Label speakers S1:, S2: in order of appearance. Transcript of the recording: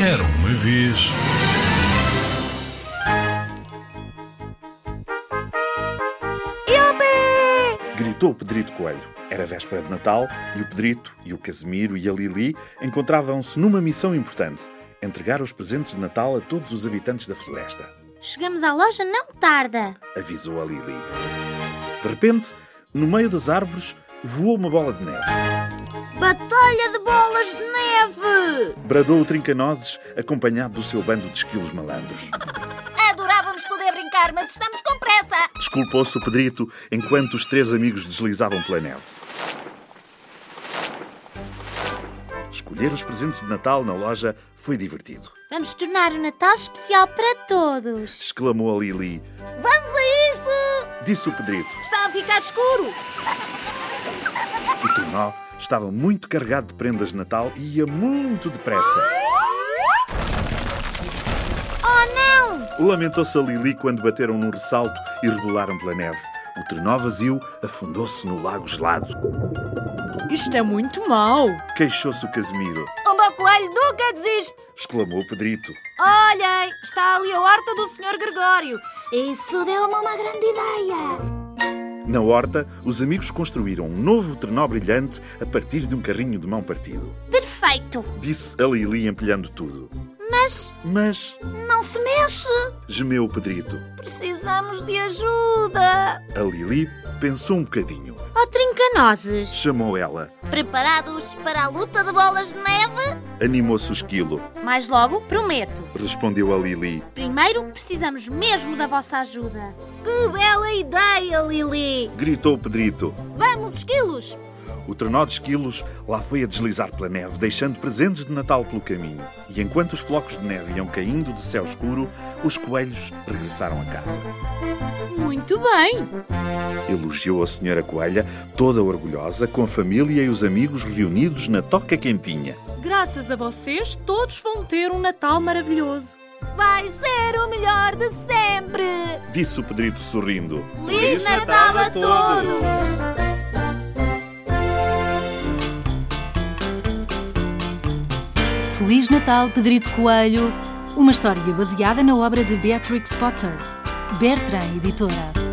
S1: Era uma vez.
S2: Yupi!
S3: Gritou o Pedrito Coelho. Era véspera de Natal e o Pedrito, e o Casimiro e a Lili encontravam-se numa missão importante: entregar os presentes de Natal a todos os habitantes da floresta,
S2: Chegamos à loja não tarda.
S3: avisou a Lili. De repente, no meio das árvores, voou uma bola de neve.
S2: Batalha de bolas de neve!
S3: Bradou o Trincanozes, acompanhado do seu bando de esquilos malandros.
S2: Adorávamos poder brincar, mas estamos com pressa.
S3: Desculpou-se o Pedrito enquanto os três amigos deslizavam pela neve. Escolher os presentes de Natal na loja foi divertido,
S2: Vamos tornar o Natal especial para todos.
S3: exclamou a Lili.
S2: Vamos a isto!
S3: Disse o Pedrito.
S2: Está a ficar escuro.
S3: O Tornó estava muito carregado de prendas de Natal e ia muito depressa.
S2: Oh, não!
S3: Lamentou-se a Lili quando bateram num ressalto e rebolaram pela neve. O Tornó vazio afundou-se no lago gelado.
S4: Isto é muito mau.
S3: Queixou-se o Casimiro,
S2: O meu coelho nunca desiste.
S3: exclamou o Pedrito.
S2: Olhem, está ali a horta do Sr. Gregório. Isso deu-me uma grande ideia.
S3: Na horta, os amigos construíram um novo trenó brilhante a partir de um carrinho de mão partido.
S2: Perfeito.
S3: Disse a Lili empilhando tudo.
S2: Mas
S3: Mas,
S2: não se mexe.
S3: gemeu o Pedrito.
S2: Precisamos de ajuda.
S3: A Lili pensou um bocadinho.
S4: Oh, trincanoses.
S3: Chamou ela.
S2: Preparados para a luta de bolas de neve?
S3: Animou-se o esquilo.
S4: Mais logo, prometo.
S3: Respondeu a Lili.
S4: Primeiro, precisamos mesmo da vossa ajuda.
S2: Que bela ideia, Lili!
S3: Gritou o Pedrito.
S2: Vamos, esquilos!
S3: O trenó de esquilos lá foi a deslizar pela neve, deixando presentes de Natal pelo caminho. E enquanto os flocos de neve iam caindo do céu escuro, os coelhos regressaram a casa.
S4: Muito bem.
S3: Elogiou a senhora coelha, toda orgulhosa, com a família e os amigos reunidos na toca quentinha.
S4: Graças a vocês, todos vão ter um Natal maravilhoso.
S2: Vai ser o melhor de sempre!
S3: Disse o Pedrito sorrindo.
S2: Feliz Natal a todos!
S5: Feliz Natal, Pedrito Coelho. Uma história baseada na obra de Beatrix Potter. Bertrand Editora.